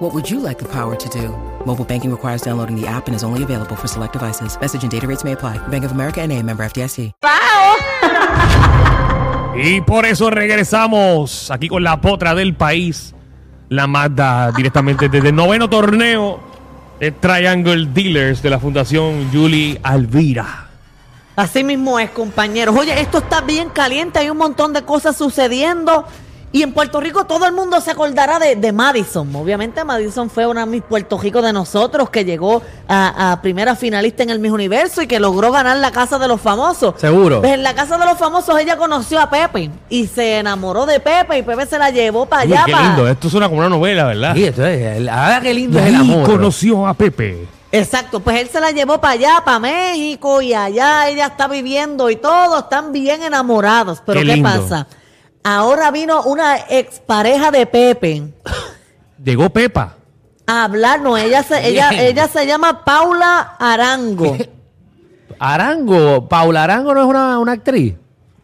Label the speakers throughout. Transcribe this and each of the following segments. Speaker 1: What would you like the power to do? Mobile banking requires downloading the app and is only available for select devices. Message and data rates may apply. Bank of America and a member FDIC.
Speaker 2: Y por eso regresamos aquí con la potra del país, la Mazda, directamente desde el noveno torneo de Triangle Dealers de la Fundación Julie Alvira.
Speaker 3: Así mismo es, compañeros. Oye, esto está bien caliente, hay un montón de cosas sucediendo. Y en Puerto Rico todo el mundo se acordará de, de Madison. Obviamente Madison fue una Miss Puerto Rico de nosotros que llegó a, a primera finalista en el Miss Universo y que logró ganar la Casa de los Famosos.
Speaker 4: Seguro.
Speaker 3: Pues en la Casa de los Famosos ella conoció a Pepe y se enamoró de Pepe y Pepe se la llevó para allá.
Speaker 2: qué
Speaker 3: pa-
Speaker 2: lindo, ¿eh? esto suena como una novela, ¿verdad?
Speaker 4: Ah, Sí, esto es, el- ahora qué lindo es el
Speaker 2: Y
Speaker 4: amor.
Speaker 2: conoció a Pepe.
Speaker 3: Exacto, pues él se la llevó para allá, para México, y allá ella está viviendo y todos están bien enamorados. Pero
Speaker 2: Qué
Speaker 3: ¿qué,
Speaker 2: lindo.
Speaker 3: pasa? Ahora vino una expareja de Pepe
Speaker 2: Llegó Pepa.
Speaker 3: a hablar, no, ella se, ella,
Speaker 4: Bien.
Speaker 3: ella se llama Paula Arango.
Speaker 4: Arango, Paula Arango no es una, una actriz.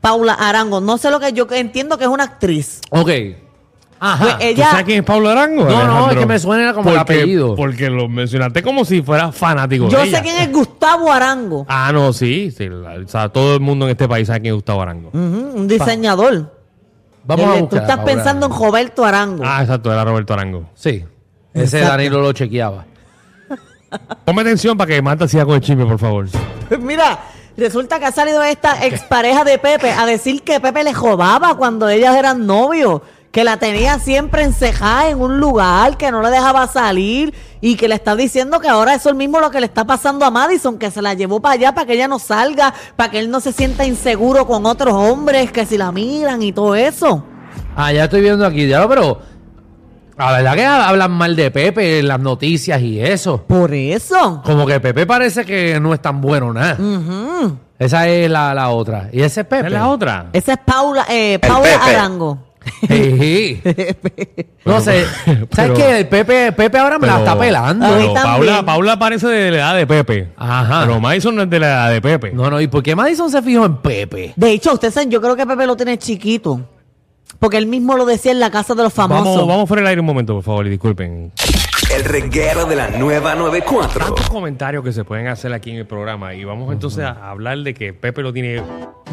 Speaker 3: Paula Arango, no sé lo que yo entiendo que es una actriz.
Speaker 4: Ok. Ajá.
Speaker 3: Pues
Speaker 2: ¿Tú
Speaker 3: ella,
Speaker 2: sabes quién es Pablo Arango?
Speaker 4: No, no,
Speaker 2: Alejandro?
Speaker 4: es que me suena como el
Speaker 2: Porque-
Speaker 4: apellido.
Speaker 2: Porque lo mencionaste como si fuera fanático
Speaker 3: yo
Speaker 2: de
Speaker 3: sé
Speaker 2: ella.
Speaker 3: quién es Gustavo Arango,
Speaker 2: Ah, no, sí. sí, la- o sea, todo el mundo en este país sabe quién es Gustavo Arango.
Speaker 3: ujú, un diseñador.
Speaker 4: Vamos a
Speaker 3: Él-
Speaker 4: buscar.
Speaker 3: Tú estás
Speaker 4: Paula
Speaker 3: pensando en
Speaker 4: Arango.
Speaker 3: Roberto Arango.
Speaker 2: Ah, exacto, era Roberto Arango.
Speaker 4: Sí. Ese
Speaker 3: Exacto.
Speaker 4: Danilo lo chequeaba.
Speaker 2: Ponme atención para que Marta siga con el chisme, por favor.
Speaker 3: Pues Mira, resulta que ha salido esta expareja de Pepe a decir que Pepe le jodaba cuando ellas eran novios, que la tenía siempre encejada en un lugar, que no le dejaba salir y que le está diciendo que ahora eso es mismo lo que le está pasando a Madison, que se la llevó para allá para que ella no salga, para que él no se sienta inseguro con otros hombres, que si la miran y todo eso.
Speaker 4: Ah, ya estoy viendo aquí, ya lo, pero. La verdad que hablan mal de Pepe en las noticias y eso.
Speaker 3: Por eso.
Speaker 4: Como que Pepe parece que no es tan bueno nada.
Speaker 3: Ujú.
Speaker 4: Esa es la, la otra. Y ese es Pepe.
Speaker 2: ¿Es la otra?
Speaker 3: Esa es Paula, eh, Paula
Speaker 5: Pepe.
Speaker 3: Arango.
Speaker 4: Sí. no sé.
Speaker 2: Pero-
Speaker 4: ¿Sabes qué? El Pepe, Pepe ahora me la
Speaker 2: Pero-
Speaker 4: está pelando.
Speaker 3: A mí
Speaker 2: pero Paula,
Speaker 3: también.
Speaker 2: Paula parece de la edad de Pepe.
Speaker 4: Ajá.
Speaker 2: Pero Madison Ah. no es de la edad de Pepe.
Speaker 4: No, no, ¿y por qué Madison se fijó en Pepe?
Speaker 3: De hecho, usted sabe, yo creo que Pepe lo tiene chiquito. Porque él mismo lo decía en la casa de los famosos.
Speaker 2: vamos, vamos fuera del aire un momento, por favor, y disculpen.
Speaker 5: El reguero de la nueva 94.
Speaker 2: Tantos comentarios que se pueden hacer aquí en el programa y vamos entonces a hablar de que Pepe lo tiene...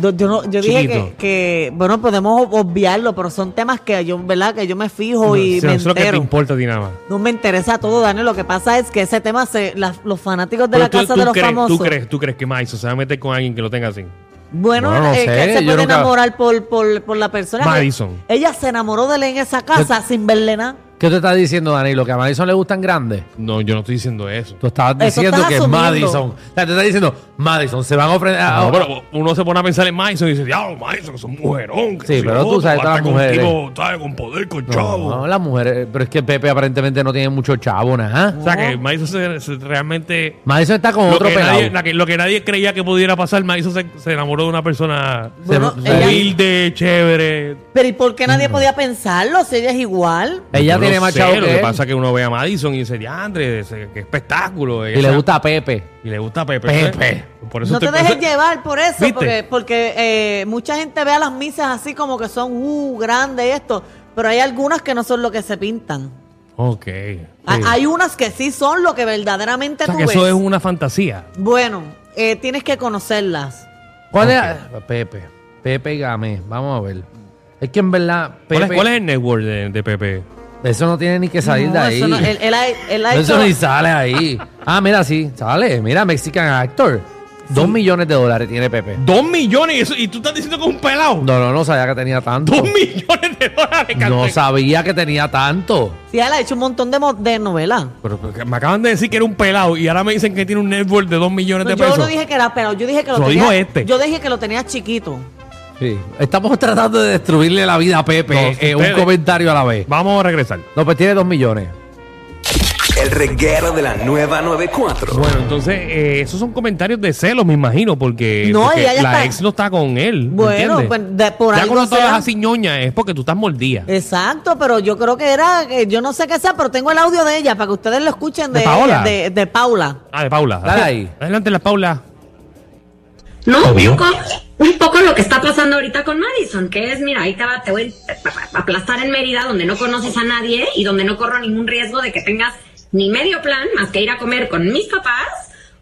Speaker 3: Yo, yo no- yo dije
Speaker 2: Chiquito.
Speaker 3: que, que, bueno, podemos obviarlo, pero son temas que yo, ¿verdad? Que yo me fijo y
Speaker 2: Eso
Speaker 3: me
Speaker 2: es lo que te
Speaker 3: entero.
Speaker 2: importa a ti nada más.
Speaker 3: no me interesa todo, Daniel. Lo que pasa es que ese tema, se, la- los fanáticos de
Speaker 2: Pero
Speaker 3: la casa de los
Speaker 2: crees,
Speaker 3: famosos.
Speaker 2: ¿tú, crees, ¿Tú crees que Madison se va a meter con alguien que lo tenga así?
Speaker 3: Bueno,
Speaker 4: No, no
Speaker 3: eh, que
Speaker 4: sé,
Speaker 3: él se
Speaker 4: yo
Speaker 3: puede
Speaker 4: nunca-
Speaker 3: enamorar por, por, por la persona.
Speaker 2: Madison.
Speaker 3: Ella se enamoró de él en esa casa sin verle nada.
Speaker 4: ¿Qué te estás diciendo, Danilo? ¿Que a Madison le gustan grandes?
Speaker 2: No, yo no estoy diciendo eso.
Speaker 4: Tú estabas
Speaker 3: Eso
Speaker 4: diciendo
Speaker 3: estás
Speaker 4: que
Speaker 3: asumiendo.
Speaker 4: Madison. O sea, te estás diciendo, Madison, se van a ofrecer. ah,
Speaker 2: No, pero uno se pone a pensar en Madison y dice, diablo, Madison, es un mujerón. que
Speaker 4: Sí,
Speaker 2: sé
Speaker 4: pero
Speaker 2: yo,
Speaker 4: tú sabes,
Speaker 2: basta
Speaker 4: todas las
Speaker 2: con
Speaker 4: mujeres.
Speaker 2: tipo, ¿sabes? Con poder, con
Speaker 4: no,
Speaker 2: chavo.
Speaker 4: oh, no, las mujeres. Pero es que Pepe aparentemente no tiene mucho chavo, nada.
Speaker 2: O sea, que Madison se- se realmente...
Speaker 4: Madison está con
Speaker 2: Lo
Speaker 4: otro
Speaker 2: que,
Speaker 4: pelado.
Speaker 2: nadie, la que- lo que nadie creía que pudiera pasar, Madison se, se enamoró de una persona
Speaker 3: Bueno,
Speaker 4: se-
Speaker 3: ella-
Speaker 2: humilde, chévere.
Speaker 3: pero ¿y por qué
Speaker 2: Mm.
Speaker 3: nadie podía pensarlo? Si ella es igual.
Speaker 4: Ella
Speaker 2: Yo
Speaker 4: tiene
Speaker 2: no
Speaker 4: más
Speaker 2: sé,
Speaker 4: chavo
Speaker 2: Lo
Speaker 4: que
Speaker 2: que
Speaker 4: él.
Speaker 2: pasa es que uno ve a Madison y dice, diantre, ese- qué espectáculo.
Speaker 4: Y le gusta a Pepe.
Speaker 2: Y le gusta a Pepe.
Speaker 4: Pepe.
Speaker 2: Por eso
Speaker 3: No te
Speaker 2: por eso-
Speaker 3: dejes llevar por eso,
Speaker 2: ¿Viste?
Speaker 3: porque, porque eh, mucha gente ve a las misas así como que son uh, grandes y esto, pero hay algunas que no son lo que se pintan.
Speaker 2: Ok.
Speaker 3: Ha-
Speaker 2: Sí.
Speaker 3: Hay unas que sí son lo que verdaderamente
Speaker 2: o sea,
Speaker 3: tú
Speaker 2: que
Speaker 3: ves.
Speaker 2: eso es una fantasía.
Speaker 3: Bueno, eh, tienes que conocerlas.
Speaker 4: ¿Cuál es? Pepe. Pepe Game. Vamos a ver. Es que en verdad. Pepe,
Speaker 2: ¿Cuál es, cuál es el network de, de Pepe?
Speaker 4: Eso no tiene ni que salir de
Speaker 3: No,
Speaker 4: ahí.
Speaker 3: eso no- él, él ha, él ha
Speaker 4: Eso
Speaker 3: hecho-
Speaker 4: ni sale ahí. Ah, mira, sí, sale. Mira, Mexican Actor. Dos millones de dólares tiene Pepe.
Speaker 2: Dos millones. Y, eso- y tú estás diciendo que es un pelado.
Speaker 4: No, no, no sabía que tenía tanto.
Speaker 2: Dos millones de dólares.
Speaker 4: No
Speaker 2: canté.
Speaker 4: sabía que tenía tanto.
Speaker 3: sí, él ha hecho un montón de, mo- de novelas.
Speaker 2: Pero, pero me acaban de decir que era un pelado y ahora me dicen que tiene un network de dos millones de
Speaker 3: Pues yo
Speaker 2: pesos.
Speaker 3: no dije que era, pero yo dije que lo,
Speaker 2: Lo
Speaker 3: tenía.
Speaker 2: dijo este.
Speaker 3: Yo dije que lo tenía chiquito.
Speaker 4: Sí. Estamos tratando de destruirle la vida a Pepe
Speaker 2: No,
Speaker 4: eh, un
Speaker 2: ustedes-
Speaker 4: comentario a la vez.
Speaker 2: Vamos a regresar.
Speaker 4: No, pues tiene dos millones.
Speaker 5: El reguero de la nueva 94.
Speaker 2: Bueno, entonces, eh, esos son comentarios de celos, me imagino, porque,
Speaker 3: No,
Speaker 2: porque
Speaker 3: ella ya
Speaker 2: la
Speaker 3: está-
Speaker 2: ex no está con él. ¿me
Speaker 3: Bueno,
Speaker 2: entiendes?
Speaker 3: pues, de- por
Speaker 2: Ya
Speaker 3: algo Eh.
Speaker 2: cuando todas
Speaker 3: será.
Speaker 2: así ñoña es porque tú estás mordida.
Speaker 3: Exacto, pero yo creo que era, eh, yo no sé qué sea, pero tengo el audio de ella para que ustedes lo escuchen
Speaker 2: ¿De
Speaker 3: de,
Speaker 2: Paola?
Speaker 3: de- de Paula.
Speaker 2: Ah, de Paula.
Speaker 4: Dale ahí.
Speaker 2: Adelante, la Paula.
Speaker 6: No, un poco, un poco lo que está pasando ahorita con Madison, que es, mira, ahí te, va, te voy a aplastar en Mérida, donde no conoces a nadie y donde no corro ningún riesgo de que tengas ni medio plan más que ir a comer con mis papás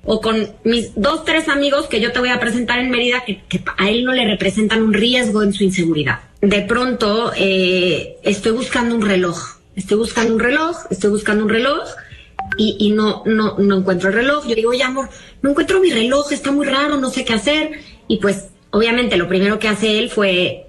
Speaker 6: o con mis dos, tres amigos que yo te voy a presentar en Mérida que, que a él no le representan un riesgo en su inseguridad. De pronto, eh, estoy buscando un reloj, estoy buscando un reloj, estoy buscando un reloj y, y no, no, no encuentro el reloj. Yo digo, oye, amor, no encuentro mi reloj, está muy raro, no sé qué hacer. Y pues, obviamente, lo primero que hace él fue,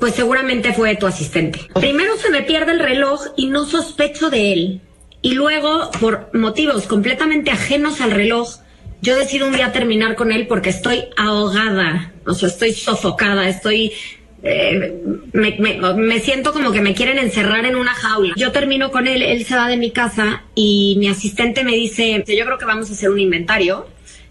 Speaker 6: pues seguramente fue tu asistente. Primero se me pierde el reloj y no sospecho de él. Y luego, por motivos completamente ajenos al reloj, yo decido un día terminar con él porque estoy ahogada, o sea, estoy sofocada, estoy... eh, me, me- me siento como que me quieren encerrar en una jaula. Yo termino con él, él se va de mi casa y mi asistente me dice, yo creo que vamos a hacer un inventario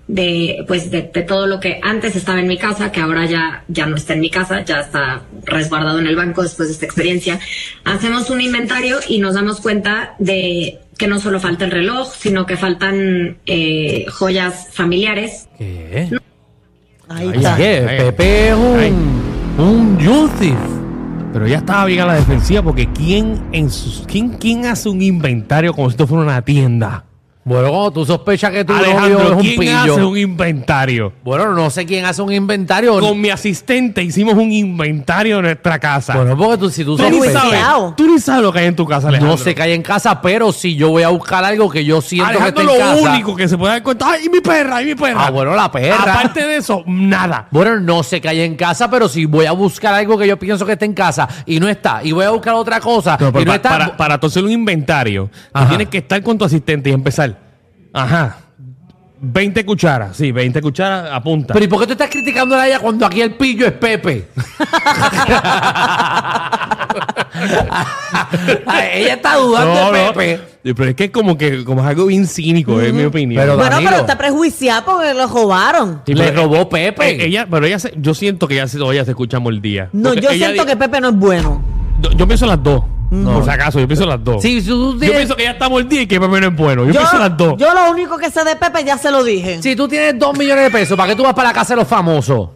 Speaker 6: de pues de, de todo lo que antes estaba en mi casa, que ahora ya, ya no está en mi casa, ya está resguardado en el banco después de esta experiencia. Hacemos un inventario y nos damos cuenta de que no solo falta el reloj, sino que faltan eh, joyas familiares.
Speaker 4: ¿Qué?
Speaker 3: Ahí
Speaker 2: Ay,
Speaker 3: está.
Speaker 2: ay,
Speaker 4: Oye,
Speaker 2: ay.
Speaker 4: Pepe es
Speaker 2: Ay.
Speaker 4: un, un Yusif.
Speaker 2: Pero ya estaba bien a la defensiva porque ¿quién, en sus, quién, quién hace un inventario como si esto fuera una tienda?
Speaker 4: Bueno, cuando tú sospechas que tu novio es
Speaker 2: Alejandro,
Speaker 4: un
Speaker 2: ¿quién
Speaker 4: pillo.
Speaker 2: hace un inventario?
Speaker 4: Bueno, no sé quién hace un inventario.
Speaker 2: Con mi asistente hicimos un inventario de nuestra casa.
Speaker 4: Bueno, porque tú, si tú
Speaker 2: tú, ni
Speaker 3: pues,
Speaker 4: sospechas,
Speaker 2: sabes,
Speaker 3: cuidado.
Speaker 2: tú ni sabes lo que hay en tu casa, Alejandro.
Speaker 4: no se cae en casa, pero si yo voy a buscar algo que yo siento
Speaker 2: Alejandro,
Speaker 4: que
Speaker 2: lo
Speaker 4: está en casa.
Speaker 2: único que se puede dar cuenta, ¡ay, mi perra, ay, mi perra!
Speaker 4: Ah, bueno, la perra.
Speaker 2: Aparte de eso, nada.
Speaker 4: Bueno, no se cae en casa, pero si voy a buscar algo que yo pienso que está en casa y no está, y voy a buscar otra cosa
Speaker 2: No, pero
Speaker 4: y no
Speaker 2: pa-
Speaker 4: está.
Speaker 2: para, para tú hacer un inventario, tú
Speaker 4: Ajá.
Speaker 2: tienes que estar con tu asistente y empezar. Ajá. 20 cucharas, sí, 20 cucharas, apunta.
Speaker 4: Pero ¿y por qué tú estás criticando a ella cuando aquí el pillo es Pepe? Ay, ella está dudando
Speaker 2: No,
Speaker 4: de
Speaker 2: no.
Speaker 4: Pepe.
Speaker 2: Y- Pero es que es como que como es algo bien cínico, es mi opinión.
Speaker 4: Pero
Speaker 3: Bueno,
Speaker 4: Danilo.
Speaker 3: pero está prejuiciada porque lo robaron.
Speaker 2: Sí,
Speaker 4: Le
Speaker 2: pero-
Speaker 4: robó Pepe.
Speaker 2: Eh, ella, pero ella se- yo siento que ella se, todavía se escucha mordida.
Speaker 3: No,
Speaker 2: Porque
Speaker 3: yo
Speaker 2: ella
Speaker 3: siento
Speaker 2: di-
Speaker 3: que Pepe no es bueno.
Speaker 2: Yo, yo pienso las dos. Por si acaso, yo pienso las dos.
Speaker 4: Sí, si tú
Speaker 2: yo
Speaker 4: tienes-
Speaker 2: pienso que ella está mordida y que Pepe no es bueno. Yo, pienso las dos.
Speaker 3: yo lo único que sé de Pepe ya se lo dije.
Speaker 4: Si tú tienes dos millones de pesos, ¿para qué tú vas para la casa de los famosos?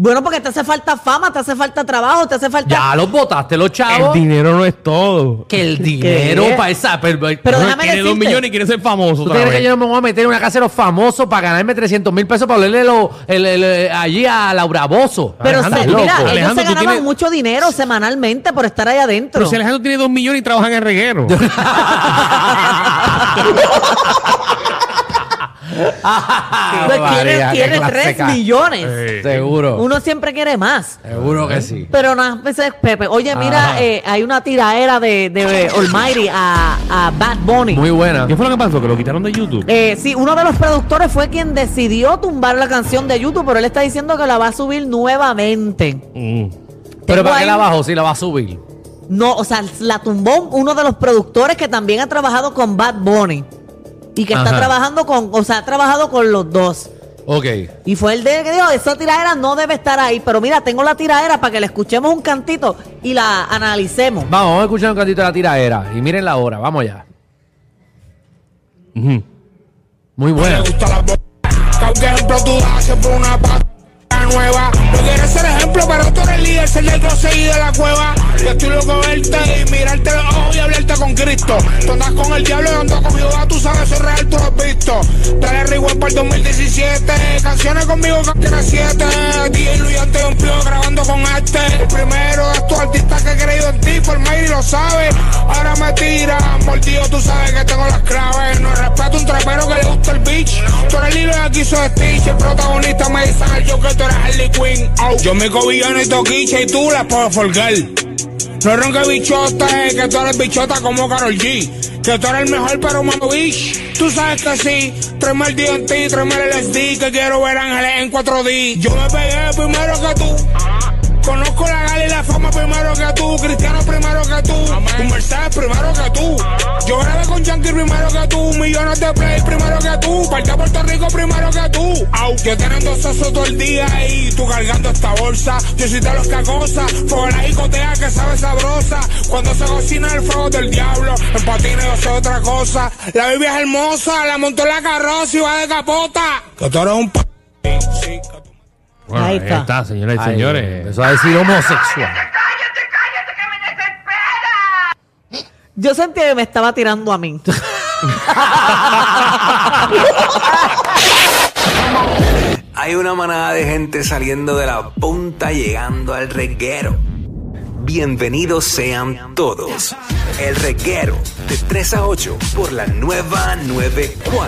Speaker 3: Bueno, porque te hace falta fama, te hace falta trabajo, te hace falta...
Speaker 4: Ya los botaste, los
Speaker 2: el
Speaker 4: chavos.
Speaker 2: dinero no es todo.
Speaker 4: que el dinero
Speaker 3: ¿Qué?
Speaker 4: para esa. Pero,
Speaker 3: Pero
Speaker 4: ¿tú
Speaker 3: déjame
Speaker 2: tiene dos
Speaker 3: decirte.
Speaker 2: millones y quiere ser famoso. otra
Speaker 4: crees
Speaker 2: vez.
Speaker 4: que yo no me voy a meter en una casa de los famosos para ganarme 300 mil pesos para olerle lo- el- el- el- allí a Laura Bozo?
Speaker 3: Pero
Speaker 2: Alejandro,
Speaker 3: se-
Speaker 2: loco.
Speaker 3: mira, ellos
Speaker 2: Alejandro,
Speaker 3: se
Speaker 2: tú
Speaker 3: ganaban
Speaker 2: tienes-
Speaker 3: mucho dinero semanalmente por estar ahí adentro.
Speaker 2: Pero si Alejandro tiene dos millones y trabaja en el reguero.
Speaker 4: Ah,
Speaker 3: Pues tiene,
Speaker 4: María, qué
Speaker 3: tiene
Speaker 4: clase
Speaker 3: tres
Speaker 4: ca-
Speaker 3: millones.
Speaker 2: Eh,
Speaker 4: Seguro.
Speaker 3: Uno siempre quiere más.
Speaker 4: Seguro que sí.
Speaker 3: Pero unas veces, Pepe, oye, mira, eh, hay una tiraera de, de Almighty a, a Bad Bunny.
Speaker 4: Muy buena.
Speaker 2: ¿Qué fue lo que pasó? Que lo quitaron de YouTube.
Speaker 3: Eh, sí, uno de los productores fue quien decidió tumbar la canción de YouTube, pero él está diciendo que la va a subir nuevamente.
Speaker 2: Mm.
Speaker 4: Pero ¿para
Speaker 3: ahí-
Speaker 4: qué la bajó si la va a subir?
Speaker 3: No, o sea, la tumbó uno de los productores que también ha trabajado con Bad Bunny. Y que
Speaker 4: Ajá.
Speaker 3: está trabajando con, o sea, ha trabajado con los dos.
Speaker 4: Ok.
Speaker 3: Y fue el de que dijo, esa tiradera no debe estar ahí, pero mira, tengo la tiradera para que le escuchemos un cantito y la analicemos.
Speaker 4: Vamos, vamos a escuchar un cantito de la tiradera. Y miren la hora, vamos allá.
Speaker 2: Ujú.
Speaker 4: Muy buena.
Speaker 7: Cauque ejemplo tú das siempre una pa nueva. Yo quiero ser ejemplo, pero tú eres líder, ser del conseguí de la cueva. Yo estoy loco de verte y mirarte los ojos y hablarte con Cristo. Tú andas con el diablo y yo ando con Jehová, tú sabes, soy real, tú lo has visto. Dale rewind para el 2017, canciones conmigo que era 7. DJ Luis te rompió grabando con arte. El primero de estos artistas que he creído en ti, por Mayri lo sabe. Ahora me tira, mordido, tú sabes que tengo las claves. No respeto un trapero que le gusta el beach. Tú eres libre aquí soy Stitch, el protagonista me dice yo que tú eres Harley Quinn. Oh. Yo me cobillo en estos guiches y tú las puedo folgar. No ronca bichota, eh, que tú eres bichota como Carol G. Que tú eres el mejor pero mamo bitch. Tú sabes que sí, tráeme el DNT, tráeme el LSD, que quiero ver ángeles en 4D. Yo me pegué primero que tú. Conozco la gala y la fama primero que tú, Cristiano primero que tú, un Mercedes primero que tú. Yo grabé con Yankee primero que tú, millones de play primero que tú, parte de Puerto Rico primero que tú. Au, yo teniendo sexo todo el día y tú cargando esta bolsa. Yo soy de los que goza, por la discoteca que sabe sabrosa. Cuando se cocina el fuego del diablo, en patines yo soy otra cosa. La biblia es hermosa, la montó en la carroza y va de capota. Que tú eres un p- sí, que tú-
Speaker 2: Bueno, ahí
Speaker 3: Ahí
Speaker 2: está,
Speaker 3: está.
Speaker 2: señoras y
Speaker 4: Ay,
Speaker 2: señores.
Speaker 4: Empezó a decir homosexual.
Speaker 3: Yo sentía que me estaba tirando a mí.
Speaker 5: Hay una manada de gente saliendo de la punta llegando al reguero. Bienvenidos sean todos. El reguero de 3 a 8 por la nueva 94.